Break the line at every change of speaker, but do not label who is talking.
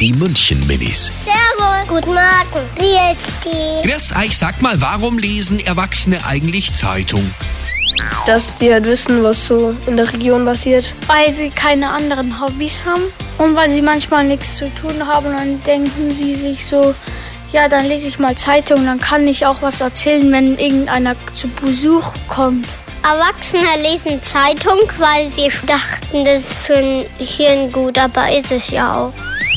Die München-Minis.
Servus. Guten Morgen. Wie ist die?
Chris, ah, ich sag mal, warum lesen Erwachsene eigentlich Zeitung?
dass die halt wissen, was so in der Region passiert.
weil sie keine anderen Hobbys haben und weil sie manchmal nichts zu tun haben. Und dann denken sie sich so, ja, dann lese ich mal Zeitung, dann kann ich auch was erzählen, wenn irgendeiner zu Besuch kommt.
Erwachsene lesen Zeitung, weil sie dachten, das ist für ein Hirn gut, aber ist es ja auch.